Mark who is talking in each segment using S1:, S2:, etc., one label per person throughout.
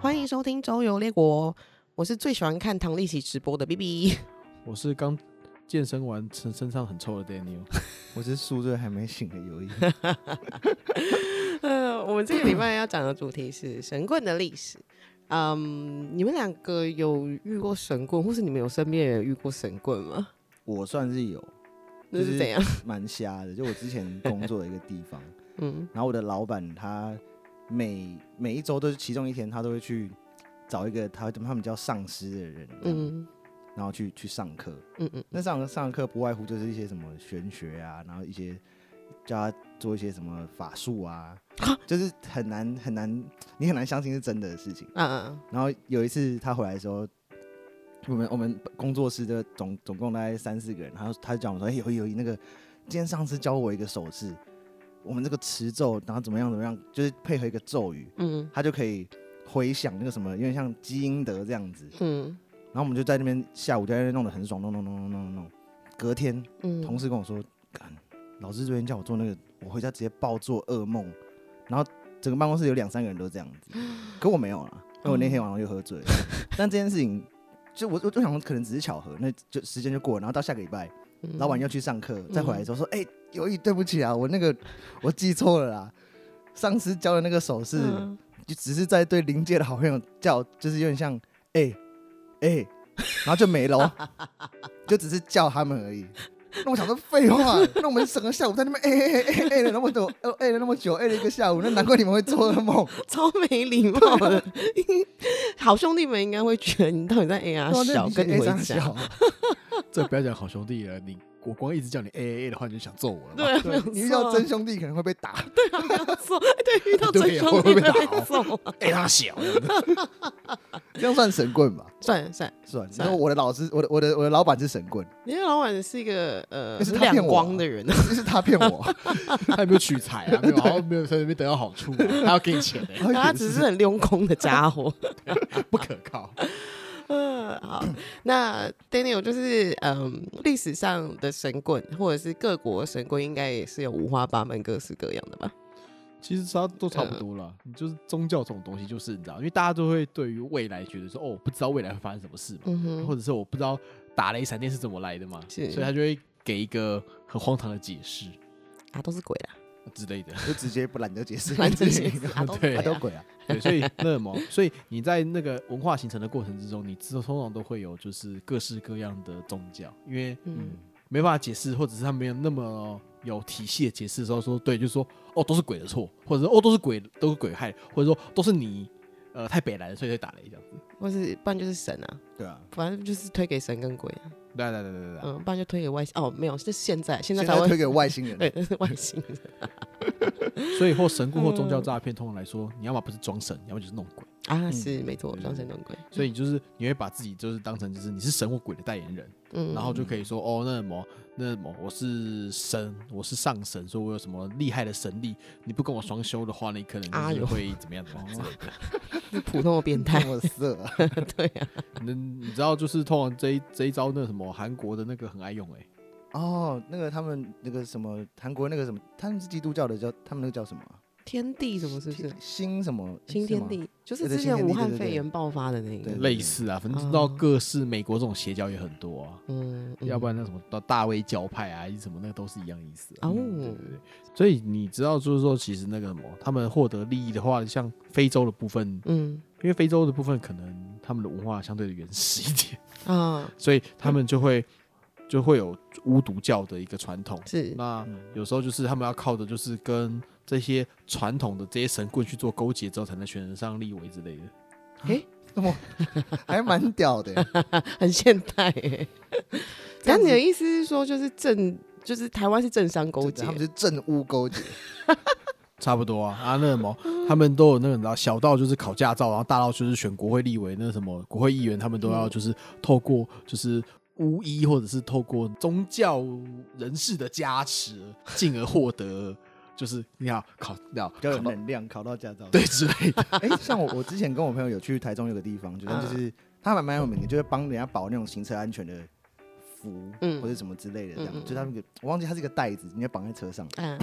S1: 欢迎收听《周游列国》，哦我是最喜欢看唐立奇直播的 B B。
S2: 我是刚健身完，身身上很臭的 Daniel。
S3: 我是宿醉还没醒的尤一，
S1: 呃，我们这个礼拜要讲的主题是神棍的历史。嗯，你们两个有遇过神棍，或是你们有身边人有遇过神棍吗？
S3: 我算是有
S1: 那
S3: 就是是
S1: 怎样？
S3: 蛮瞎的。就我之前工作的一个地方，
S1: 嗯，
S3: 然后我的老板他每每一周都是其中一天，他都会去找一个他他们叫上师的人，嗯，
S1: 嗯
S3: 然后去去上课。
S1: 嗯嗯
S3: 那上上课不外乎就是一些什么玄学啊，然后一些叫他做一些什么法术啊，就是很难很难，你很难相信是真的事情。
S1: 啊啊，
S3: 然后有一次他回来的时候，我们我们工作室的总总共大概三四个人，然后他就讲我说：“哎、有有那个，今天上次教我一个手势，我们这个持咒，然后怎么样怎么样，就是配合一个咒语，
S1: 嗯
S3: 他就可以回想那个什么，有点像基因德这样子。
S1: 嗯”
S3: 然后我们就在那边下午就在那边弄得很爽，弄弄弄弄弄弄弄。隔天
S1: 嗯，
S3: 同事跟我说：“干，老师昨天叫我做那个，我回家直接暴做噩梦。”然后整个办公室有两三个人都这样子， 可我没有啦，因为我那天晚上就喝醉了。
S1: 嗯
S3: 但这件事情，就我我就想说可能只是巧合，那就时间就过了。然后到下个礼拜，
S1: 嗯
S3: 老板又去上课，再回来的时候说：“哎、尤一，对不起啊，我那个我记错了啦，上司教的那个手势，
S1: 嗯
S3: 就只是在对临界的好朋友叫，就是有点像哎哎、然后就没了哦，就只是叫他们而已。那我想说废话，那我们整个下午在那边哎哎哎哎了那么久，哎哎了那么久，哎了一个下午，那难怪你们会做噩梦。
S1: 超没礼貌的，
S3: 啊
S1: 好兄弟们应该会觉得你到底在 A 啊小，跟你回家。
S3: 哎小，
S2: 这不要讲好兄弟了，你我光一直叫你 A A A 的话，你就想揍我了吧。
S1: 对啊，没有
S3: 你遇
S1: 错
S3: 到
S1: 啊
S3: 真啊兄弟可能会被打。
S1: 没有错， 对，遇到
S2: 对
S1: 真兄
S2: 会
S1: 弟
S2: 不
S1: 会
S2: 会被
S3: 哦
S1: 被
S2: 打
S1: 揍啊，
S2: ，A 哎他小，
S3: 这样算神棍吧？
S1: 算了算了。
S3: 算。
S1: 算
S3: 然后我的老师，我的我的我的老板是神棍，
S1: 你的老板是一个呃
S3: 那是他
S1: 亮
S3: 骗我啊
S1: 光的人，
S3: 就是他骗我，
S2: 他有没有取材啊？没有，然后没有从里面得到好处啊，他要给你钱的，
S1: 他只是很溜空的家伙。
S2: 不可 靠。
S1: 嗯，好，那 Daniel 就是嗯，历史上的神棍，或者是各国的神棍，应该也是有五花八门、各式各样的吧？
S2: 其实它都差不多啦，你就是宗教这种东西，就是你知道，因为大家都会对于未来觉得说，哦，我不知道未来会发生什么事嘛，
S1: 嗯哼，
S2: 或者是我不知道打雷闪电是怎么来的嘛，所
S1: 是
S2: 以他就会给一个很荒唐的解释
S1: 啊，都是鬼啦，
S2: 之类的。
S3: 就直接不懒得解释，
S1: 反正就是 啊，都是鬼
S2: 对
S3: 他
S1: 啦
S3: 都鬼啊。
S2: 对，所以那么，所以你在那个文化形成的过程之中，你之后通常都会有就是各式各样的宗教，因为
S1: 嗯，
S2: 没办法解释，或者是他没有那么有体系的解释的时候，说对，就是说哦都是鬼的错，或者是哦都是鬼都是鬼害，或者说都是你呃太北来了，所以才打雷这样子。
S1: 或是不然就是神啊，
S3: 对啊，
S1: 反正就是推给神跟鬼啊，
S2: 对对对对对对，
S1: 嗯，不然就推给外星哦，没有，就是现在现在
S3: 现
S1: 才
S3: 在推
S1: 会
S3: 给外星 人，
S1: 对，是外星人，
S2: 所以或神棍或宗教诈骗，通常来说，你要么不是装神，要么就是弄鬼。
S1: 啊，
S3: 嗯
S1: 是没错，
S2: 对
S1: 装神弄鬼，
S2: 所以就是你会把自己就是当成就是你是神或鬼的代言人，
S1: 嗯，
S2: 然后就可以说哦，那什么，那什么，我是神，我是上神，说我有什么厉害的神力，你不跟我双修的话，你可能
S1: 哎
S2: 就是
S1: 呦
S2: 会怎么样怎么样 之类的。哦
S1: 是普通的变态
S3: 这，么色啊，
S1: 对啊，
S2: 那你知道，就是通常这一这一招，那什么韩国的那个很爱用哎、
S3: 哦，那个他们那个什么韩国那个什么，他们是基督教的，叫他们那个叫什么啊？
S1: 天地什么是不是
S3: 天？新什么？
S1: 新
S3: 是
S1: 天
S3: 吗。
S1: 地就是
S3: 对对
S1: 之
S3: 新
S1: 前
S3: 天
S1: 武
S3: 地
S1: 汉
S3: 对对
S1: 肺
S3: 对
S1: 炎爆发的那个
S3: 对，
S2: 类似啊，反正
S1: 哦
S2: 知道各式美国这种邪教也很多啊，
S1: 嗯，嗯
S2: 要不然那什么大大卫教派啊，还是什么那个都是一样意思、啊。
S1: 哦，
S2: 对对对，所以你知道，就是说，其实那个什么，他们获得利益的话，像非洲的部分，
S1: 嗯
S2: 因为非洲的部分可能他们的文化相对的原始一点。
S1: 啊，
S2: 所以他们就会就会有巫毒教的一个传统。
S1: 是
S2: 那有时候就是他们要靠的就是跟这些传统的这些神棍去做勾结之后，才能选得上立委之类的。
S3: 那么还蛮屌 的欸，
S1: 很现代欸。
S3: 这
S1: 但
S3: 样
S1: 你的
S3: 子
S1: 意思是说，就是政，就是台湾是政商勾结
S3: 他，们是正屋勾结，
S2: 差不多啊，啊那什么，他们都有那个，然后小到就是考驾照，然啊后大到就是选国会立委，那什么国会议员，他们都要就是透过就是巫医或者是透过宗教人士的加持，进而获得就是你好考你好
S3: 比较有
S2: 考到
S3: 能量，考到驾照。
S2: 对，之类的，
S3: 哎，像我我之前跟我朋友有去台中有个地方，就是
S1: 啊
S3: 就是他蛮蛮有名的，就是帮人家保那种行车安全的符，
S1: 嗯
S3: 或者什么之类的，
S1: 嗯
S3: 这
S1: 嗯
S3: 样，
S1: 嗯
S3: 就他们一个我忘记它是一个袋子，人家绑在车上，
S1: 啊，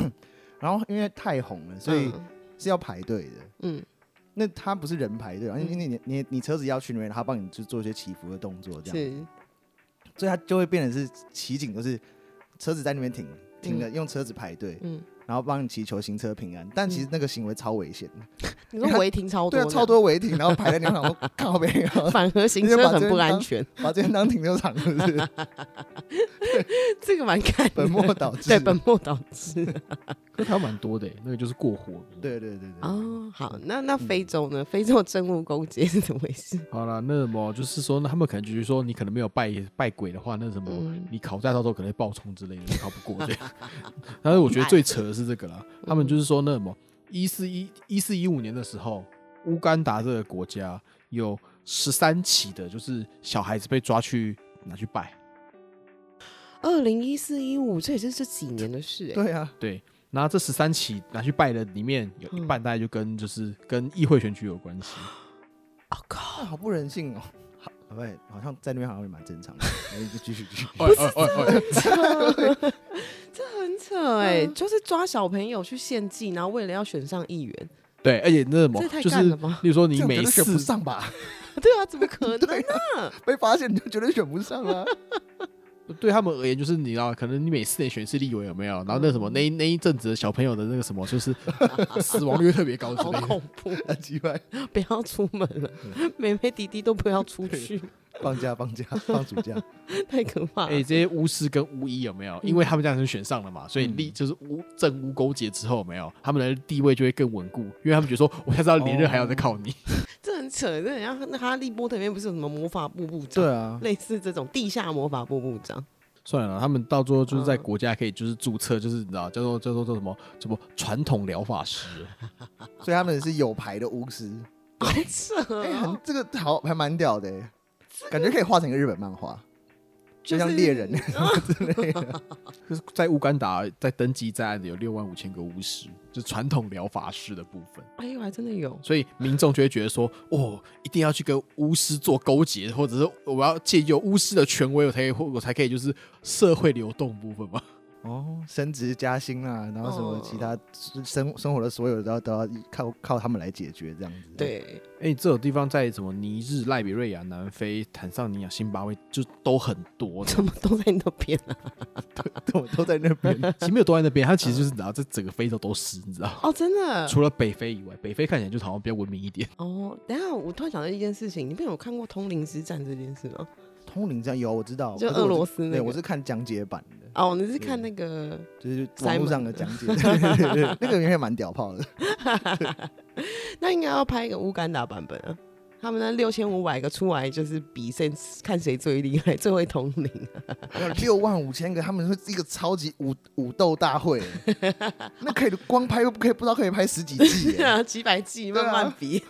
S3: 然后因为太红了，所以
S1: 嗯
S3: 是要排队的。
S1: 嗯
S3: 那他不是人牌对吧？因为
S1: 嗯
S3: 你你你你车子要去那边，他帮你就做一些起伏的动作这样，
S1: 是
S3: 所以他就会变成是骑警，就是车子在那边停停了，用车子排队，
S1: 嗯，
S3: 然后帮你祈求行车平安。但其实那个行为超危险的，
S1: 你说违停嗯超多
S3: 对啊，
S1: 呢
S3: 超，多违停，然后排在你想 说靠背，然后
S1: 反而行
S3: 你就
S1: 车
S3: 把
S1: 很
S3: 这
S1: 不
S3: 边
S1: 安
S3: 当
S1: 全，
S3: 把这边当停车场，是不 是？
S1: 这个蛮干的
S3: 本末倒置。
S1: 对本末倒置
S2: 可台湾蛮多的欸，那个就是过火。，
S3: 对对对对对。
S1: 哦。好，
S3: 嗯
S1: 那那非洲呢？非洲政务勾结是怎么回 事？
S2: 好了，那什么就是说，那他们可能就是说，你可能没有拜拜鬼的话，那什么，
S1: 嗯
S2: 你考驾照都可能会爆冲之类的，你考不 过这样。但是我觉得最扯的是这个啦，
S1: 嗯
S2: 他们就是说那什么，一四一一四一五年的时候，乌干达这个国家有十三起的，就是小孩子被抓去拿去拜，
S1: 二零一四一五，这也是这几年的事哎、
S3: 对啊，
S2: 对。然后这十三起拿去拜的里面有一半大概就跟就是跟议会选举有关系，
S1: 我靠！
S3: 啊好不人性哦。好，喂，好像在那边好像也蛮正 常的。你就继续继续。
S1: 哦
S2: 哦
S1: 这很扯哎、就是抓小朋友去献祭，然后为了要选上议员，
S2: 对，而且那什么
S1: 这太
S2: 就是
S1: 干了吧，
S2: 例如说
S3: 这
S2: 你
S3: 种
S2: 每
S3: 绝
S2: 一
S3: 对选
S2: 次
S3: 不上吧？
S1: 对啊，怎么可能？
S3: 对啊，被发现你就绝对选不上啊。
S2: 对他们而言，就是你知道，可能你每四年选一次立委有没有？然后那什
S1: 嗯
S2: 么那一那一阵子的小朋友的那个什么，就是死亡率会特别高之
S1: 好
S2: 类的。
S1: 恐 怖！
S3: 很奇怪，
S1: 不要出门了，妹妹弟弟都不要出去，
S3: 放假放假放暑假，
S1: 太可怕
S2: 哎、
S1: 了。
S2: 这些巫师跟巫医有没有？因为他们这样子选上了嘛，所以立
S1: 嗯
S2: 就是巫正巫勾结之后有没有，他们的地位就会更稳固，因为他们觉得说，我下次要连任还要
S1: 哦
S2: 再靠你。
S1: 这很扯，这很像《哈利波特》里面不是有什么魔法部部长，
S3: 对啊，
S1: 类似这种地下魔法部部长，
S2: 算了，他们到最后就是
S1: 嗯
S2: 在国家可以就是注册，就是你知道叫做叫做叫什么什么传统疗法师。
S3: 所以他们是有牌的巫师。
S1: 好扯哦、
S3: 哎，很这个好还蛮屌的欸，感觉可以画成一个日本漫画，就像猎人
S1: 嗯
S3: 之类的。
S2: 就是在乌干达在登记在案的有六万五千个巫师，就是传统疗法师的部分。
S1: 哎呦，还真的有。
S2: 所以民众就会觉得说，哦，一定要去跟巫师做勾结，或者是我要借由巫师的权威，我才我才可以就是社会流动部分嘛。
S3: 哦，升职加薪啊，然后什么
S1: 哦
S3: 其他生生活的所有都要都要靠靠他们来解决这样子。，
S1: 对，
S2: 哎、这种地方在什么尼日、赖比瑞亚、南非、坦桑尼亚、津巴威就都很多的，
S1: 怎么都在你那边啊？
S3: 都都在那边。
S2: 其实没有都在那边，它其实就是然后在整个非洲都是，你知道。
S1: 哦，真的。
S2: 除了北非以外，北非看起来就好像比较文明一点。
S1: 哦，等一下，我突然想到一件事情，你们有看过《通灵之战》这件事吗？
S3: 通灵这样有我知道，
S1: 就
S3: 哦可是
S1: 俄
S3: 我是
S1: 罗斯那
S3: 对，
S1: 个
S3: 我是看讲解版的，
S1: 哦，你是看那个
S3: 就是网络
S1: Simon
S3: 上的讲解，对 对对对那个应该蛮屌炮的。
S1: 那应该要拍一个乌干达版本啊。他们那六千五百个出来就是比谁看谁最厉害，最会统领。
S3: 还有六万五千个，他们是一个超级武武斗大会，那可以光拍都不可以，不知道可以拍十几季耶。
S1: 几百季
S3: 对
S1: 慢
S3: 啊
S1: 慢比，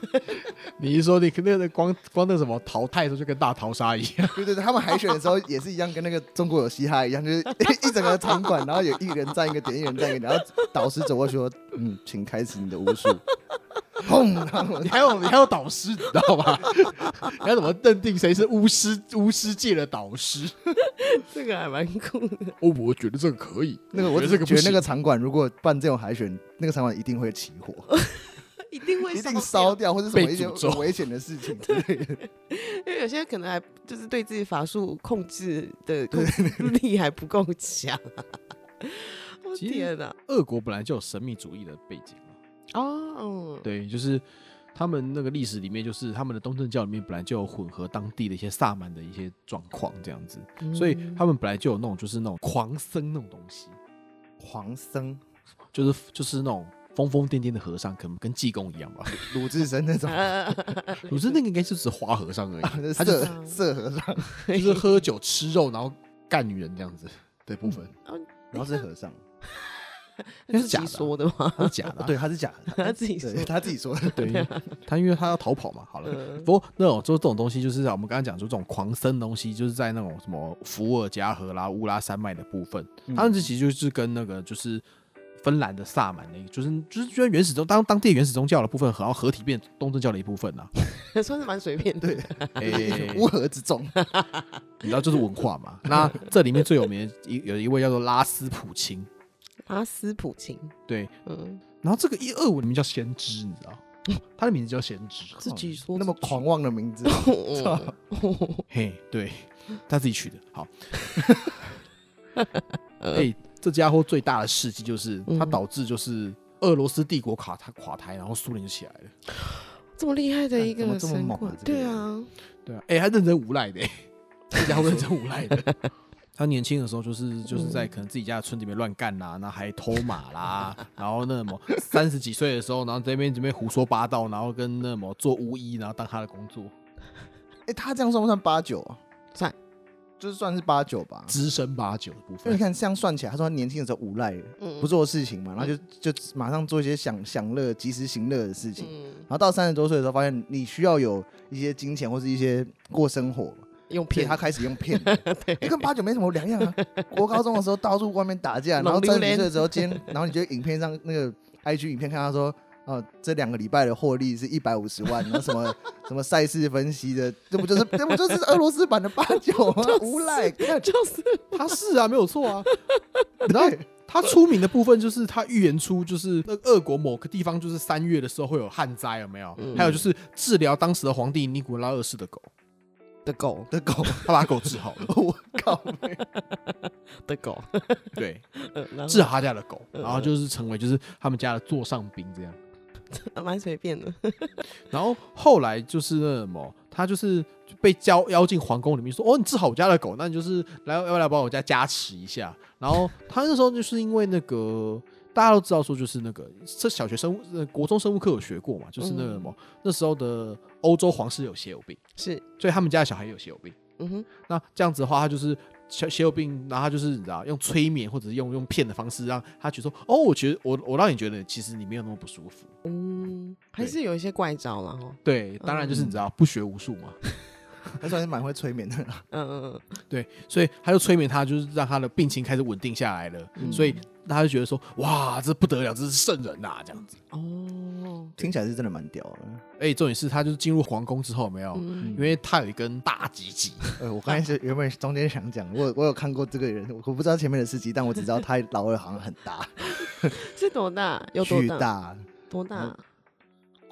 S2: 你是说你那个光光那什么淘汰的时候就跟大逃杀一样？
S3: 对对对，他们海选的时候也是一样，跟那个中国有嘻哈一样，就是 一整个场馆，然后有一人站一个点，一人站一个，然后导师走过去说：“嗯，请开始你的巫术。” 砰！然后
S2: 你还有你还有导师，你知道 吧？你要怎么认定谁是巫师巫师界的导师？
S1: 这个还蛮酷的。
S2: 哦，我觉得这个可以，
S3: 那个我
S2: 觉得
S3: 只
S2: 这个
S3: 觉
S2: 不
S3: 得那
S2: 行
S3: 个场馆如果办这种海选，那个场馆一定会起火，
S1: 一定会
S3: 一定
S1: 烧
S3: 烧
S1: 掉，
S3: 掉或者什么
S2: 被
S3: 一些
S2: 诅咒
S3: 很危险的事情之类的。
S1: 因为有些可能还就是对自己法术控制的控制力还不够强、我
S2: 其实
S1: 天哪！
S2: 俄国本来就有神秘主义的背景嘛，
S1: 哦， 嗯，
S2: 对，就是他们那个历史里面，就是他们的东正教里面本来就有混合当地的一些萨满的一些状况这样子，所以他们本来就有那种就是那种狂僧那种东西，
S3: 黄僧、
S2: 就是就是那种疯疯癫癫的和尚，可能跟济公一样吧。
S3: 鲁智深那种，
S1: 啊
S2: 我觉得那个应该就只是花和尚而已，
S3: 那
S2: 他就是
S3: 色色和尚，
S2: 就是喝酒吃肉，然后干女人这样子的部分，
S1: 嗯哦
S3: 然后是和尚，哦
S2: 那
S1: 自
S2: 是假
S1: 己
S2: 的啊
S1: 说的吗？
S2: 他是假的啊、
S3: 对，他是假的，
S1: 他自己说
S3: 对，他自己 说的，
S2: 对，他因为他要逃跑嘛。好了，
S1: 啊嗯
S2: 不过那种就这种东西，就是我们刚刚讲，就这种狂僧的东西，就是在那种什么伏尔加河啦、乌拉山脉的部分，
S1: 嗯
S2: 他们这其实就是跟那个就是芬兰的萨满那个，就是就是就是原始宗当当地原始宗教的部分，然后合体变东正教的一部分 啊。
S1: 算是蛮随便的。啊
S2: 诶
S3: 乌合之众，
S2: 你知道就是文化嘛。那这里面最有名的一有一位叫做拉斯普钦，
S1: 阿斯普琴，
S2: 对，
S1: 嗯，
S2: 然后这个一二五里面叫先知，你知道。他的名字叫贤侄，
S1: 自己说
S3: 那么狂妄的名 字，
S1: 嗯
S2: 嘿， 对，他自己取的。 好，哎、这家伙最大的事迹就是它
S1: 嗯
S2: 导致就是俄罗斯帝国垮台垮台，然后苏联就起来了。
S1: 这么厉害的一
S3: 怎么
S1: 个
S3: 这么
S1: 神
S3: 猛啊
S1: 棍，
S3: 这个
S1: 对
S3: 人
S1: 啊，
S2: 对啊，哎、他认真无赖 的、欸，这家伙认真无赖 的。他年轻的时候就是就是在可能自己家的村子里面乱干啦，然后还偷马啦， 然后那什么三十几岁的时候，然后在那边这边胡说八道，然后跟那什么做巫医，然后当他的工作，
S3: 哎，他这样算不算八九啊？
S1: 算，
S3: 就是算是八九吧。
S2: 资深八九的部
S3: 因为你
S2: 分。
S3: 看这样算起来，他说他年轻的时候无赖，
S1: 嗯
S3: 不做事情嘛，然后就就马上做一些享享乐、及时行乐的事情。
S1: 嗯
S3: 然后到三十多岁的时候，发现你需要有一些金钱或是一些过生活，
S1: 用
S3: 所以
S1: 骗
S3: 他开始用骗的，
S1: 对
S3: 就跟八九没什么两 样啊。国高中的时候到处外面打架，然后
S1: 龙
S3: 三
S1: 榴
S3: 十岁
S1: 莲
S3: 的时候，今天然后你就影片上那个 IG 影片看他说。哦，这两个礼拜的获利是一百五十万，然后 什么什么赛事分析的，这不就是这不就是俄罗斯版的八九 吗？无赖，看
S1: 就是
S2: 他是啊，没有错啊。 然后
S3: 对
S2: 他出名的部分就是他预言出，就是那个俄国某个地方，就是三月的时候会有旱灾，有没有？
S1: 嗯
S2: 还有就是治疗当时的皇帝尼古拉二世 的狗，
S1: 的狗
S3: 的狗，。
S2: 他把狗治好了
S3: 我靠！
S1: 的 狗，
S2: 对，
S1: 嗯然后嗯
S2: 治好他家的狗，然后就是成为就是他们家的座上宾这样。
S1: 蛮随便的，
S2: 然后后来就是那什么，他就是被邀邀进皇宫里面说：“哦，你治好我家的狗，那你就是来要不要来帮我家加持一下。”然后他那时候就是因为那个大家都知道说，就是那个这小学生物、呃、国中生物课有学过嘛，就是那个什么、那时候的欧洲皇室有血友病，
S1: 是，
S2: 所以他们家的小孩也有血友病。
S1: 嗯哼，
S2: 那这样子的话，他就是血血友病，然后他就是你知道用催眠或者是用用骗的方式，让他觉得说：“哦，我觉得我我让你觉得其实你没有那么不舒服。”
S1: 嗯，还
S2: 对
S1: 是有一些怪招了哈，
S2: 对，当然就是你知道、不学无术嘛。
S3: 他算是蛮会催眠的啦，
S1: 嗯嗯嗯，
S2: 对，所以他就催眠他，就是让他的病情开始稳定下来了。
S1: 嗯
S2: 所以他就觉得说，哇，这不得了，这是圣人呐、这样子。
S1: 哦，
S3: 听起来是真的蛮屌的。
S2: 哎、重点是他就是进入皇宫之后，有没
S3: 哦
S2: 有，
S1: 嗯
S2: 因为他有一根大 鸡鸡，
S3: 呃，我刚才是原本中间想讲，我有我有看过这个人，我不知道前面的事迹，但我只知道他老二好像很大，
S1: 是多大？有多
S3: 嗯巨
S1: 大？
S3: 大，
S1: 多大？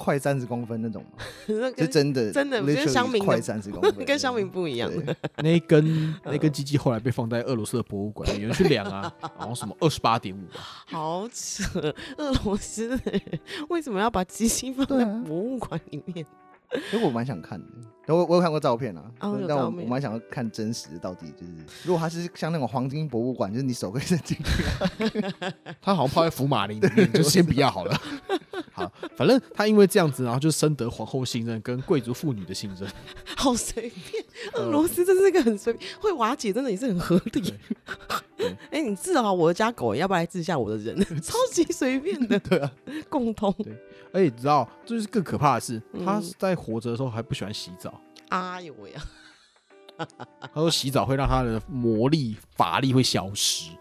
S3: 快三十公分那种嘛，
S1: 那
S3: 是
S1: 跟
S3: 嗯真的，
S1: 真的跟
S3: literally
S1: 乡民的
S3: 快三 十公分，
S1: 跟香饼不一样
S3: 对，
S2: 那一根
S1: 嗯
S2: 那根鸡鸡后来被放在俄罗斯的博物馆，有人去量啊，好像什么二十八点五吧。
S1: 好扯！俄罗斯的人为什么要把鸡心放
S3: 对
S1: 在
S3: 啊
S1: 博物馆里面？
S3: 其实我蛮想看的，但我我有看过照片啊，
S1: 哦有
S3: 但我
S1: 照片
S3: 我蛮想要看真实的到底就是，如果他是像那种黄金博物馆，就是你手可以伸 进去，
S2: 他好像泡在福马林里面，就先不要好了。 好，反正他因为这样子，然后就深得皇后信任跟贵族妇女的信任。
S1: 好随便，
S3: 嗯
S1: 俄罗斯真是一个很随便，会瓦解真的也是很合理。哎、你治好我的家狗，要不要来治一下我的人？ 超级随便的，对 啊，共通。
S2: 而且哎你知道，这就是更可怕的是，他
S1: 嗯
S2: 在活着的时候还不喜欢洗澡。
S1: 哎呦喂啊！
S2: 他说洗澡会让他的魔力、法力会消失，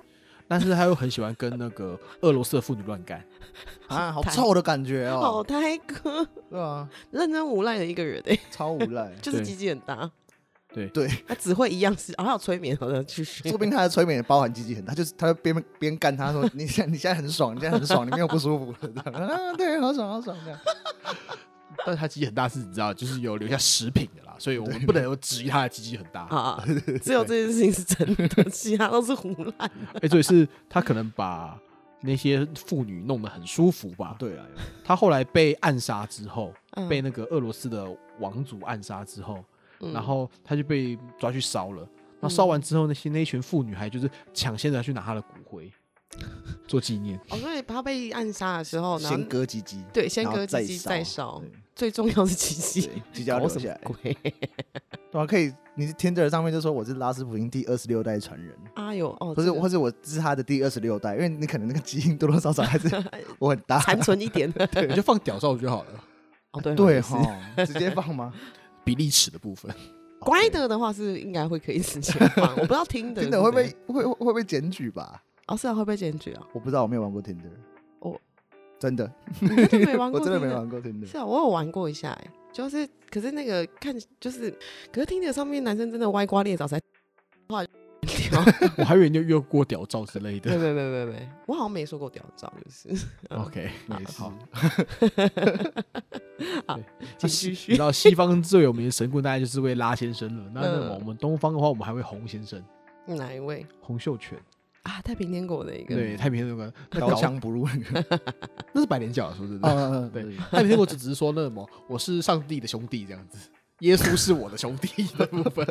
S2: 但是他又很喜欢跟那个俄罗斯的妇女乱干。
S3: 啊，好臭的感觉
S1: 好
S3: 哦，
S1: 胎哥，
S3: 对啊，
S1: 认真无赖的一个人哎、，
S3: 超无赖
S1: 就是
S2: 对
S1: 鸡鸡很大，
S2: 对，
S3: 对，
S1: 他只会一样事，哦，还有催眠，好像去
S3: 说
S1: 睡
S3: 不。定他的催眠也包含积极很大，就是他边边干他说你现在你现在很爽，你现在很爽，你没有不舒服了这样啊，对，好爽好爽 这 样。
S1: 哦
S2: 但是他鸡鸡很大是，你知道，就是有留下食品的啦，所以我们不能有质疑他的鸡鸡很大。
S1: 啊，只有这件事情是真的，其他都是胡乱。
S2: 哎，所以是他可能把那些妇女弄得很舒服吧。
S3: 对啊，
S2: 他后来被暗杀之后，
S1: 嗯
S2: 被那个俄罗斯的王族暗杀之后，
S1: 嗯
S2: 然后他就被抓去烧了。那烧完之后，那些那一群妇女还就是抢先的去拿他的骨灰做纪 念。
S1: 哦，所以他被暗杀的时候，然后
S3: 先割鸡鸡，
S1: 对先
S3: 然后
S1: 割鸡鸡再烧
S3: 烧，，
S1: 最重要是鸡鸡，
S3: 对鸡要
S1: 搞
S3: 留
S1: 什
S3: 下
S1: 么
S3: 来。
S1: 鬼？
S3: 对啊，可以，你 Tinder 上面就说我是拉斯普京第二十六代传人，
S1: 哎呦，哦，
S3: 不是，
S1: 这个
S3: 或者我是他的第二十六代，因为你可能那个基因多多少少 还是我很大。
S1: 残存一点。
S2: 你就放屌照就好了。
S1: 哦，对
S3: 对
S1: 也是
S3: 哈，直接放吗？
S2: 比例尺的部分，
S1: 乖的的话是应该会可以直接放，我不知道听 的
S3: 真的会被会会会被检举吧？
S1: 哦，是啊，会被检举啊，
S3: 我不知道，我没有玩过 Tinder。
S1: 我
S3: 真的，
S1: 哦你真的没玩
S3: 我
S1: 过，
S3: 真的没。玩过 Tinder。
S1: 是啊，我有玩过一下哎，就是可是那个看就是，可是听的上面男生真的歪瓜裂枣才，话
S2: 我还以为你就越过屌照之类
S1: 对
S2: 的。
S1: 对对对对，我好像没说过屌照，就是
S2: OK，没事。
S3: 好
S1: 请
S2: 西
S1: 继
S2: 你知
S1: 续。
S2: 道西方最有名的神棍大概就是位拉先生了。那那
S1: 嗯
S2: 么我们东方的话，我们还会洪先生、
S1: 哪一位
S2: 洪秀全，
S1: 啊？太平天国的一个，
S2: 对，太平天国那
S3: 刀
S2: 搞
S3: 枪不入 那个。
S2: 那是百灵角，是
S1: 嗯
S2: 不是？
S3: 哦
S2: 对， 太平天国只只是说那什么，我是上帝的兄弟这样子，耶稣是我的兄弟 的部分，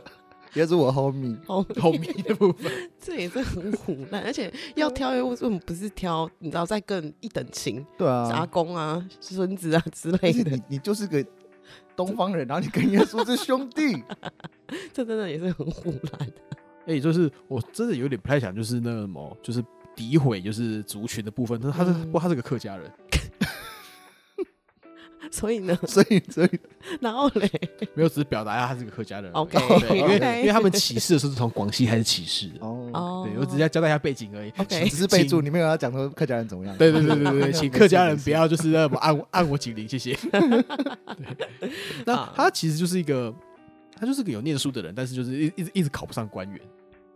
S3: 也是我 homie。
S1: 哦，
S2: 后面的部分。
S1: 这也是很苦难，而且
S3: 嗯
S1: 要挑又为什么不是挑？你知道，再更一等亲，
S3: 对
S1: 是阿
S3: 啊，
S1: 公啊、孙子啊之
S3: 而
S1: 类
S3: 且
S1: 的
S3: 你，你就是个东方人，然后你跟耶稣是兄弟，
S1: 这真的也是很苦难。
S2: 哎、就是我真的有点不太想，就是那个什么，就是诋毁就是族群的部分。但是他是、
S1: 嗯
S2: 不过他是个客家人，
S1: 所以呢，
S3: 所以所以
S1: 然后嘞，
S2: 没有只是表达一下他是个客家人而已。
S1: OK，
S2: 对因为
S1: OK
S2: 因为他们起事的时候是从广西开始起事的。
S3: 哦，
S1: 哦，
S2: 对我只是要交代一下背景而已。
S1: OK
S3: 只是备注，
S2: 请
S3: 你没有要讲说客家人怎么样。
S2: 对对对对 对，对请客家人
S3: 没事
S2: 不要就是那么按按我警铃， 谢谢。对，
S3: 啊
S2: 那他其实就是一个，他就是个有念书的人，但是就是一一直一直考不上官员，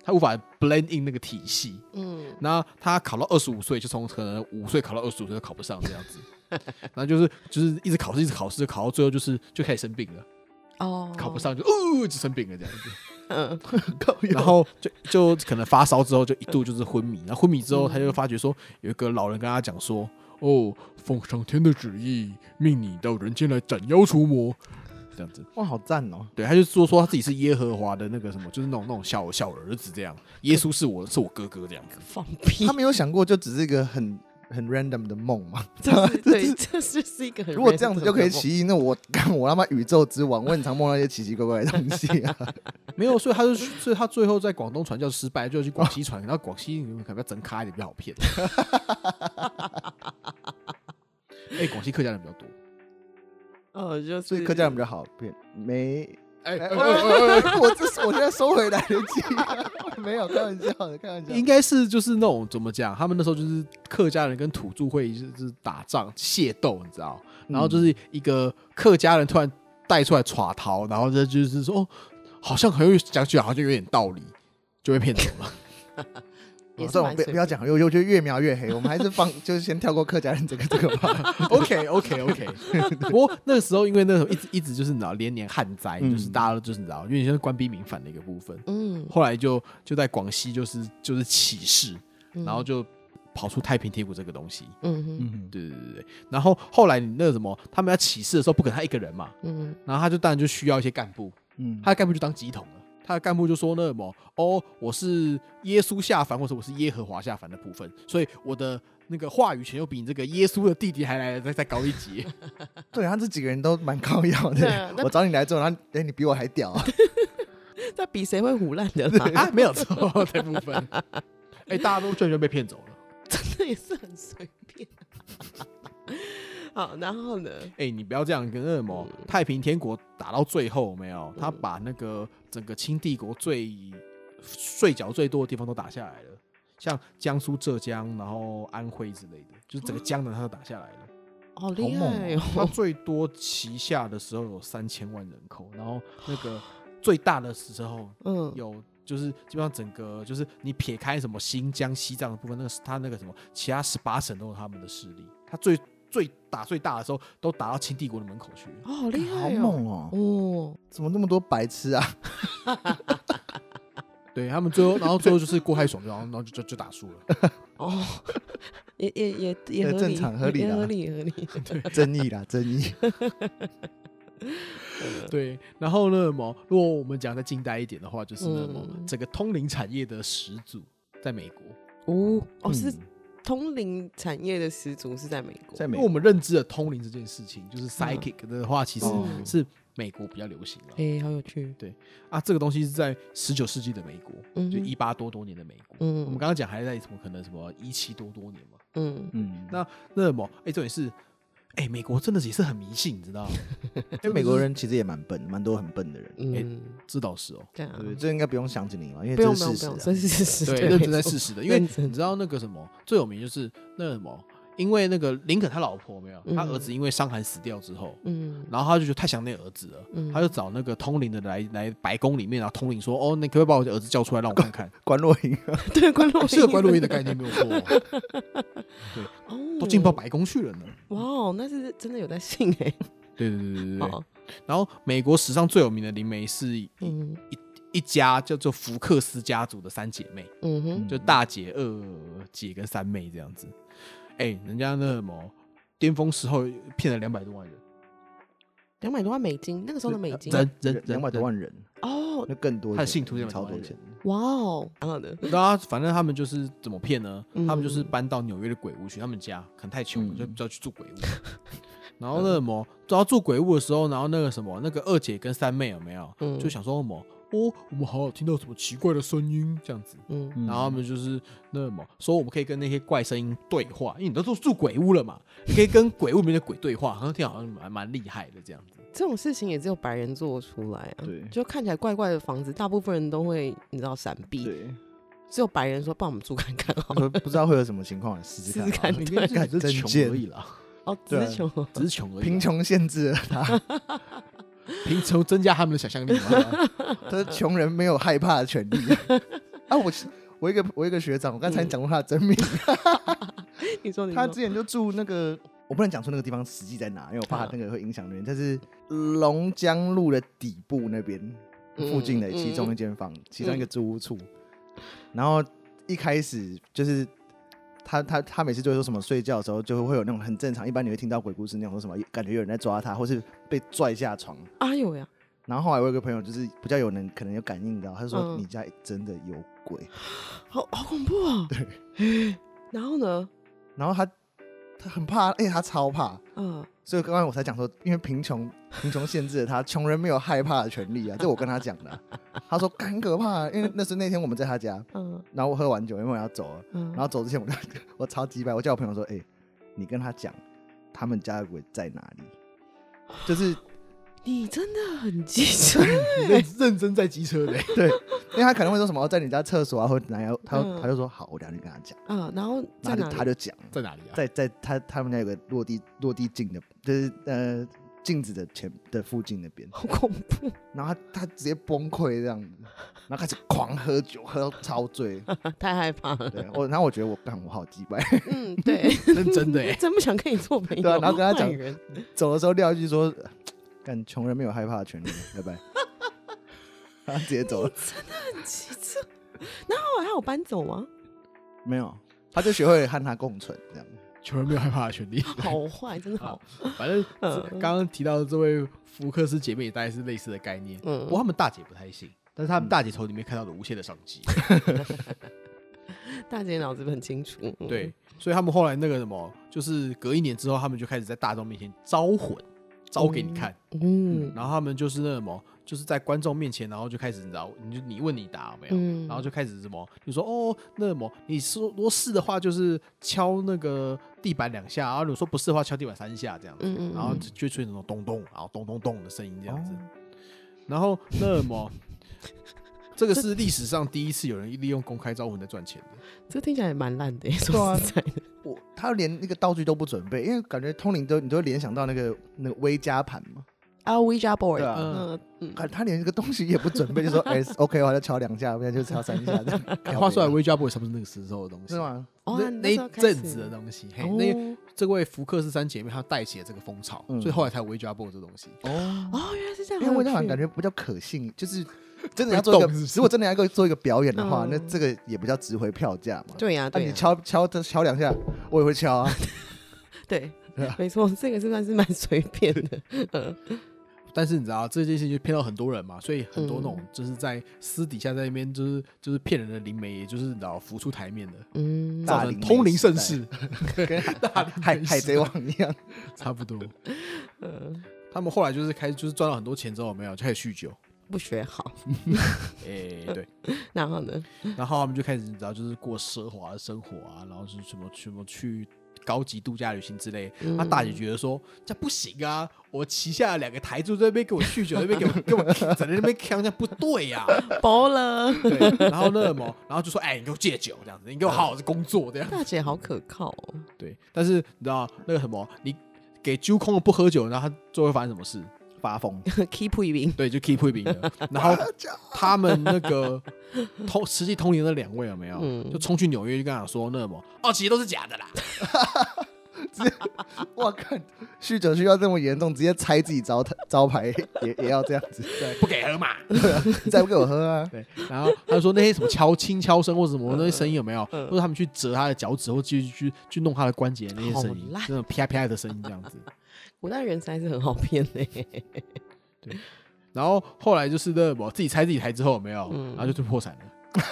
S2: 他无法 blend in 那个体系。
S1: 嗯，
S2: 那他考到二十五岁，就从可能五岁考到二十五岁都考不上这 样子，然后就是就是一直考试，一直考试，考到最后就是就开始生病了，
S1: 哦，
S2: 考不，上就哦就生病了这样子，
S1: 嗯，
S3: 靠腰
S2: 然后就就可能发烧之后就一度就是昏迷，然后昏迷之后他就发觉说有一个老人跟他讲说，哦，奉上天的旨意，命你到人间来斩妖除魔，这样子，
S3: 哇，好赞哦！
S2: 对，他就说说他自己是耶和华的那个什么，就是那种那种小小儿子这样，耶稣是我是我哥哥这样子。
S1: 放屁
S3: 他，没有想过，就只是一个很很 random 的梦嘛。
S1: 这是对，这是是一个很
S3: 如果这样子
S1: random
S3: 就可以
S1: 的梦，
S3: 起义，那我干我他妈宇宙之王，我很常梦到一些奇奇怪怪的东西啊。
S2: 没有，所以他就所以他最后在广东传教失败，就去广西传，然后广西你们可不要整咖一点比较好骗。哎、广西客家人比较多。
S1: 呃，就是
S3: 所以客家人比较好骗，没。
S2: 哎、
S3: 哎哎哎我这是我现在收回来的记忆，没有开玩笑的，开玩笑的。
S2: 应该是就是那种怎么讲，他们那时候就是客家人跟土著会就是打仗械斗，你知道？然后就是一个客家人突然带出来耍逃，然后这就是说，哦，好像很有讲起来好像有点道理，就被骗走了。
S1: 也是
S3: 算了，
S1: 蛮
S3: 不要
S1: 随
S3: 不要讲，又又就越描越黑。我们还是放，就是先跳过客家人这个这个吧。
S2: OK OK OK，不 过那个时候因为那时候一直一直就是你知道连年旱灾，
S3: 嗯
S2: 就是大家都就是你知道，因为像是官逼民反的一个部分。
S1: 嗯，
S2: 后来就就在广西就是就是起事，
S1: 嗯
S2: 然后就跑出太平天国这个东西。
S1: 嗯哼
S3: 嗯，
S2: 对对对对，然后后来你那个什么，他们要起事的时候不可能他一个人嘛，
S1: 嗯
S2: 然后他就当然就需要一些干部，
S3: 嗯，
S2: 他的干部就当鸡桶了。他的干部就说那什么哦，我是耶稣下凡，或者我是耶和华下凡的部分，所以我的那个话语权又比你这个耶稣的弟弟还来得再再高一级。
S3: 对，他这几个人都蛮靠腰
S1: 对啊
S3: 的。
S1: 那
S3: 我找你来做，然后哎，你比我还屌啊！
S1: 嗯，在比谁会胡烂的 啦，
S2: 啊，没有错，这部分。哎、大家都居然被骗走了。
S1: 这 也是很随 便。好，然后呢？
S2: 哎、你不要这样，跟那什么太平天国打到最后有没有？他把那个整个清帝国最睡觉最多的地方都打下来了，像江苏、浙江，然后安徽之类的，就是整个江南他都打下来了。
S1: 好厉
S3: 好猛
S1: 害哦！
S2: 他最多旗下的时候有三千万人口，然后那个最大的时候
S1: 嗯，
S2: 有，就是基本上整个就是你撇开什么新疆、西藏的部分，那个他那个什么，其他十八省都有他们的势力。他最最打最大的时候，都打到清帝国的门口去了。
S1: 哦，好厉
S3: 好
S1: 害哦！
S3: 猛哦！
S1: 哦，
S3: 怎么那么多白痴 啊？
S2: 对他们最后，然后最后就是郭海爽，然后然后就就就打输了。
S1: 哦，也也也也
S3: 对
S1: 合理，
S3: 正常合理
S1: 也
S3: 啦
S1: 合理合理。
S3: 争议啦，争议。
S2: 对，然后呢，什么？如果我们讲再近代一点的话，就是那么、
S1: 嗯
S2: 整个通灵产业的始祖在美国。
S1: 哦哦，是
S3: 嗯
S1: 通灵产业的始祖是在美国，
S3: 在
S2: 因
S3: 美
S2: 为我们认知的通灵这件事情，就是 psychic 的话，其实
S3: 哦
S1: 嗯
S2: 是美国比较流行了、
S1: 哎，好有趣。
S2: 啊。这个东西是在十九世纪的美国，
S1: 嗯
S2: 就
S1: 哼
S2: 一八多多年的美国。
S1: 嗯，
S2: 我们刚刚讲还在什么可能什么一七多多年嘛，
S1: 嗯
S3: 嗯，
S2: 那那什么，哎、重点是，哎、美国真的是也是很迷信，你知 道吗？
S3: 因为美国人其实也蛮笨，蛮多很笨的人。
S1: 嗯，
S2: 这倒是哦，
S1: 这样
S3: 对，这应该不用想起你嘛，因
S1: 嗯
S3: 为
S1: 不
S3: 这
S1: 用
S3: 是
S1: 不用
S3: 事
S1: 不
S3: 实啊
S1: 用，。这是事实，
S2: 认真在
S1: 没错
S2: 事实的，因为
S1: 认真
S2: 你知道那个什么最有名就是那个什么。因为那个林肯他老婆没有，他
S1: 嗯
S2: 儿子因为伤寒死掉之后，
S1: 嗯
S2: 然后他就觉得太想念儿子了，
S1: 嗯，
S2: 他就找那个通灵的来来白宫里面，然后通灵说：“哦，你可不可以把我的儿子叫出来让我 看看
S3: 关若英，啊
S1: 对关洛？”
S2: 是个关录音的概念没有错 哦，
S1: 哦，
S2: 都进到白宫去了呢。
S1: 哇哦，那是真的有在信哎、
S2: 对对对对对对。
S1: 哦，
S2: 然后美国史上最有名的灵媒是一
S1: 嗯
S2: 一家叫做福克斯家族的三姐妹，
S1: 嗯哼，
S2: 就大姐、二姐跟三妹这样子。哎，人家那什么巅峰时候骗了两百多万人，
S1: 两百多万美金，那个时候的美金
S2: 人人人
S3: 两百多，万人，
S1: 哦，
S3: 那更多钱，
S2: 他的信徒就
S3: 超多
S2: 200
S3: 钱。
S1: 哇哦，蛮好的，
S2: 对啊，反正他们就是怎么骗 呢？
S1: 嗯
S2: 他们就是搬到纽约的鬼屋去，他们家可能太穷了，
S3: 嗯
S2: 就就要去住鬼 屋。然后那什么，然后住鬼屋的时候，然后那个什么，那个二姐跟三妹有没有
S1: 嗯
S2: 就想说什么？哦，我们好像听到什么奇怪的声音这样子。
S1: 嗯
S2: 然后他们就是那什么，说我们可以跟那些怪声音对话，因为你都住住鬼屋了嘛，你可以跟鬼屋里面的鬼对话，好像听好像蛮蛮厉害的这样子。
S1: 这种事情也只有白人做出来啊。
S3: 对
S1: 就看起来怪怪的房子，大部分人都会你知道闪避，
S3: 对，
S1: 只有白人说帮我们住看看好
S3: 我
S1: 了。
S3: 说不知道会有什么情况，试试
S1: 试试
S3: 看
S1: 看
S3: 啊。
S2: 应该
S3: 干
S2: 就是
S3: 真
S2: 穷
S3: 贱
S2: 而已啦，
S1: 哦，
S3: 对啊
S1: 只是穷哦，
S2: 只是穷而已啦，
S3: 贫穷限制了他，
S2: 贫穷增加他们的想象力嘛。
S3: 他说穷人没有害怕 的权利。啊，我我一个我一个学长，我刚才讲过他的真名，
S1: 你说你
S3: 他
S1: 说
S3: 之前就住那个，我不能讲出那个地方实际在哪，因为我
S1: 嗯
S3: 怕那个会影响人。但是龙江路的底部那边
S1: 嗯
S3: 附近的其中一间房，其中一个租屋处。然后一开始就是他他他每次就会说什么睡觉的时候就会有那种很正常，一般你会听到鬼故事那种说什么感觉有人在抓他，或是被拽下床。
S1: 哎呦呀，
S3: 然后后来我有个朋友就是比较有人可能有感应到，他就说
S1: 嗯
S3: 你家真的有鬼。
S1: 好好恐怖哦。对，然后呢，
S3: 然后他他很怕，哎、他超怕。
S1: 嗯，
S3: 所以刚刚我才讲说，因为贫穷， 贫穷限制了他，穷人没有害怕的权利啊，这我跟他讲的啊、他说干很可怕，因为那时候那天我们在他家，
S1: 嗯
S3: 然后我喝完酒，因为我要走了，
S1: 嗯，
S3: 然后走之前我就 我超级白，我叫我朋友说，哎、你跟他讲，他们家的鬼在哪里？就是
S1: 你真的很机车，
S2: 认认真在机车的、
S3: 对，因为他可能会说什么、哦在你家厕所啊，或者哪样，他就、
S1: 嗯
S3: 他就说好，我等下去跟他讲，
S1: 嗯，然后在
S3: 然
S1: 哪
S3: 后
S1: 里？
S3: 他就讲，
S2: 在哪里啊？
S3: 在在他他们家有个落地落地镜的，就是呃镜子的前的附近那边。
S1: 好恐怖，
S3: 然后他他直接崩溃这样子，然后开始狂喝酒，喝到超醉。
S1: 啊太害怕了。
S3: 对我，然后我觉得我干我好鸡掰，
S1: 嗯，对，
S2: 认真的、欸，
S1: 真不想跟你做朋友。
S3: 对啊然后跟他讲
S1: 坏人
S3: 走的时候撂一句说：“干穷人没有害怕的权利，拜拜。”他直接走了，
S1: 很机车。 然后后来他有搬走吗？
S3: 没有，他就学会了和他共存这样。
S2: 穷人没有害怕的权利。
S1: 好坏，真的好。
S2: 反正这
S1: 嗯
S2: 刚刚提到的这位福克斯姐妹，大概是类似的概念。
S1: 嗯
S2: 不过他们大姐不太信，但是
S3: 嗯
S2: 他们大姐从里面看到了无限的商机。
S1: 大姐脑子很清楚。嗯
S2: 对，，所以他们后来那个什么，就是隔一年之后，他们就开始在大众面前招魂，招给你看。
S1: 嗯
S2: 然后他们就是那什么，就是在观众面前，然后就开始你知道，你就你问你答有没有？
S1: 嗯
S2: 哎然后就开始什么，就说哦，那什么，你说如果是的话，就是敲那个地板两下，然啊后如果说不是的话，敲地板三下这样子，
S1: 嗯嗯
S2: 然后就就出现那种咚咚，然后咚咚咚的声音这样
S3: 哦
S2: 子。然后那什么，这个是历史上第一次有人利用公开招魂在赚钱的。
S1: 这听起来也蛮烂的耶，
S3: 对啊
S1: 说实在的。
S3: 我他连那个道具都不准备，因为感觉通灵都你都会联想到那个那个微加盘嘛，
S1: 啊，Ouija
S3: 对
S1: board，
S3: 啊
S1: 嗯嗯，
S3: 啊他连这个东西也不准备，就说：“哎、是 o k 我再敲两下，不然就敲三下。”这样
S2: 哎话说来，微加波也差不多是那个时候的东西
S3: 是？吗？
S1: 哦，
S2: 那
S1: 你
S2: 那一
S1: 时候开
S2: 阵
S1: 始
S2: 子的东西，嘿，
S1: 哦
S2: 那个这位福克斯三姐妹她带起了这个风潮，
S3: 嗯
S2: 所以后来才有微加波这个东西。
S3: 哦，
S1: 哦，原来是这 样，
S3: 因为
S1: 好
S3: 魏
S1: 有
S3: 大凡
S1: 趣
S3: 感觉比较可信，就是真的要做一个，
S2: 被动是不是
S3: 如果真的要做一个表演的话，
S1: 嗯
S3: 那这个也比较值回票价嘛。
S1: 对呀
S3: 那
S1: 对
S3: 啊你
S1: 呀
S3: 敲敲敲两下，我也会敲啊。
S1: 对
S3: 对啊，
S1: 没错，这个是算是蛮随便的。嗯
S2: 但是你知道这件事情就骗到很多人嘛，所以很多那种
S1: 嗯
S2: 就是在私底下在那边就是就是骗人的灵媒，也就是你知道浮出台面的，
S1: 嗯，
S3: 大
S2: 造
S3: 灵
S2: 成
S3: 媒
S2: 通灵盛
S3: 时代嗯
S2: 世，
S3: 跟
S2: 大灵
S3: 海
S2: 媒
S3: 海
S2: 时
S3: 贼
S2: 代
S3: 王一样，
S2: 差不多。
S1: 嗯
S2: 他们后来就是开始就是赚了很多钱之后，有没有就开始酗酒，
S1: 不学好，
S2: 哎、对，
S1: 然后呢？
S2: 然后他们就开始你知道就是过奢华的生活啊，然后是什么什么去高级度假旅行之类。
S1: 嗯
S2: 他大姐觉得说这不行啊，我旗下的两个台柱在那边给我酗酒，在那边给我给我在那边呛，这样不对呀、
S1: 薄了。
S2: 对，然后那什么，然后就说哎、你给我戒酒这样子，你给我好好的工作这样。
S1: 大姐好可靠哦，
S2: 对，但是你知道那个什么，你给揪空了不喝酒，然后他最后会发生什么事？
S3: 发疯，
S1: keep 一名
S2: 对，就 keep 会赢了。然后
S3: 家
S2: 他们那个通实际通灵的那两位有没有？
S1: 嗯
S2: 就冲去纽约就跟他说那什么，哦，其实都是假的啦。
S3: 哇看酗酒需要这么严重，直接拆自己招牌 招牌也也要这样子，对，
S2: 不给喝嘛。
S3: 你再不给我喝 啊，
S2: 对，然后他说那些什么敲轻敲声或者什么那些声音有没有？或者他们去折他的脚趾，或去去去弄他的关节那些声音
S1: 好，烂
S2: 那种啪啪的声音这样子。
S1: 古代人才是很好骗的、
S2: 然后后来就是那我自己拆自己台之后有没有？
S1: 嗯
S2: 然后就是破产了。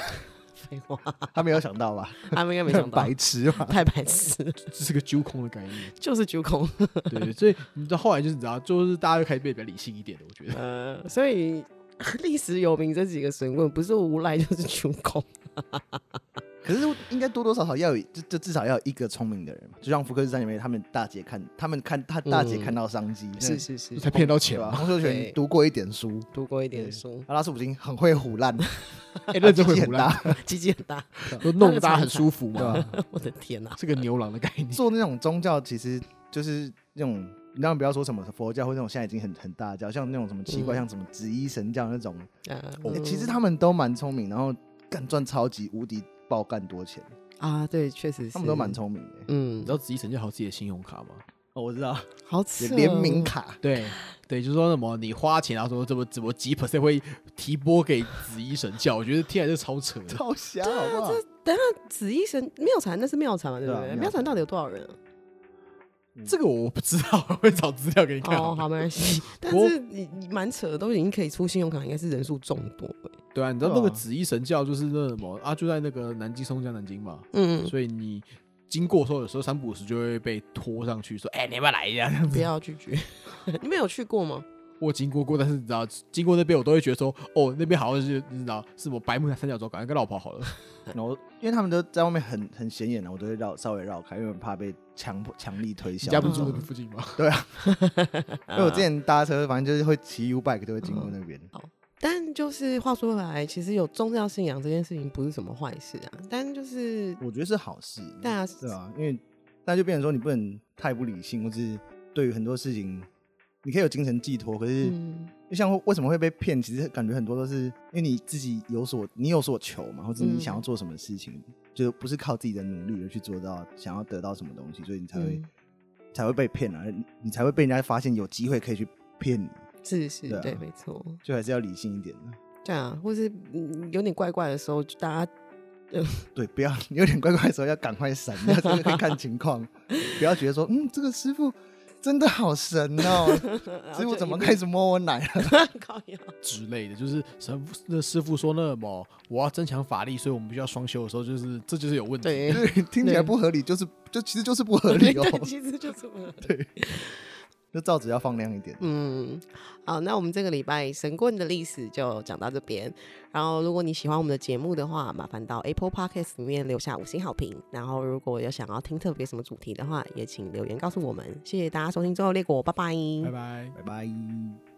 S1: 废话，
S3: 他没有想到吧？
S1: 他们应该没想到
S3: 白，痴嘛，
S1: 太白痴了，
S2: 这是个揪空的概念，
S1: 就是九孔。
S2: 对，所以你知道后来就是你知道，就是大家就开始变得比较理性一点的，我觉得
S1: 呃，所以 历史有名这几个神棍，不是无赖就是九孔。
S3: 可是应该多多少少要有，就就至少要有一个聪明的人嘛，就像福克斯三姐妹他们大姐看，他们看他大姐
S1: 嗯
S3: 看到商机，那
S1: 是是是，
S2: 才骗到
S3: 对
S2: 钱
S3: 吧？
S2: 嘛。
S3: 洪秀
S1: 嗯对
S3: 全读过一点书，
S1: 读过一点书，
S3: 阿拉斯普京很会唬烂，
S2: 哎，认真会
S3: 力气
S2: 胡
S3: 很
S2: 乱，
S3: 大，
S1: 鸡鸡很大，
S2: 就弄得大家很舒服
S3: 对
S2: 嘛。
S3: 吧？
S1: 我的天哪、
S2: 这个牛郎的概念，
S3: 做那种宗教其实就是那种，你当然不要说什么佛教或那种现在已经很很大的教，像那种什么奇怪，
S1: 嗯
S3: 像什么紫衣神教那种，
S1: 呃
S3: 欸其实他们都蛮聪明，然后干赚超级无敌爆干多钱，
S1: 啊，对，确实是，
S3: 他们都蛮，聪明的。
S1: 嗯
S2: 你知，道紫衣神教还有自己的信用卡吗？
S3: 哦，我知道，
S1: 好扯哦，
S3: 联名卡，
S2: 对对，就是说什么你花钱，然后说怎么怎么几 percent 会提拨给紫衣神教，我觉得天然就 超扯的。
S3: 超瞎，好不好？
S1: 紫衣神妙禅，那是妙禅嘛，对不
S3: 对啊
S1: 对？
S3: 妙
S1: 妙
S3: 禅
S1: 禅到底有多少人 啊？
S2: 这个我不知道， 我会找资料给你看。
S1: 哦，好，没关系。但
S2: 我
S1: 是你你蛮扯的，都已经可以出信用卡，应该是人数众多欸。
S2: 对啊，你知道那个
S3: 对啊
S2: 紫衣神教就是那什么啊，就在那个南京松江南京嘛，
S1: 嗯，
S2: 所以你经过的时候，有时候三不五时就会被拖上去说，哎，你要不要来一下？这
S3: 嗯
S2: 样
S1: 不
S2: 子。
S1: 要拒绝。 你们有去过吗？
S2: 我经过过，但是你知道，经过那边我都会觉得说，哦，那边好像是你知道是我白木三角洲，赶快跟老婆好了。
S3: 然后因为他们都在外面很很显眼的，我都会绕稍微绕开，因为我很怕被强迫强力推
S2: 你
S3: 销。
S2: 家不是住那附近吗？
S3: 因为我之前搭车，反正就是会骑 U bike 都会经过那边。
S1: 但就是话说回来，其实有宗教信仰这件事情不是什么坏事啊。但就是
S3: 我觉得是好事，
S1: 大家
S3: 对啊，因为那就变成说你不能太不理性，或是对于很多事情，你可以有精神寄托，可是
S1: 嗯
S3: 就像为什么会被骗，其实感觉很多都是因为你自己有所你有所求嘛，或者你
S1: 嗯
S3: 想要做什么事情，就不是靠自己的努力而去做到想要得到什么东西，所以你才会、
S1: 嗯
S3: 才会被骗啊，你你才会被人家发现有机会可以去骗你，
S1: 是是
S3: 对啊
S1: 对，没错，
S3: 就还是要理性一点的。
S1: 对啊，或是嗯有点怪怪的时候，就大家
S3: 对，不要你有点怪怪的时候要赶快闪，要真的可以看 情况，不要觉得说嗯这个师傅真的好神 哦，师傅怎么开
S1: 始
S3: 始摸我奶了？
S1: 靠腰？
S2: 之类的，就是神父那师傅说那么我要增强法力，所以我们必须要双修的时候，就是这就是有问 题。
S1: 对，
S3: 对，听起来不合理，就是就其实就是不合 理
S1: 对
S3: 哦，
S1: 其实就这 么。
S3: 就造纸要放亮一点。
S1: 嗯，好，那我们这个礼拜神棍的历史就讲到这边。然后，如果你喜欢我们的节目的话，麻烦到 Apple Podcast 里面留下五星好评。然后，如果有想要听特别什么主题的话，也请留言告诉我们。谢谢大家收听《最后列国》，拜拜
S2: 拜拜。
S3: 拜拜。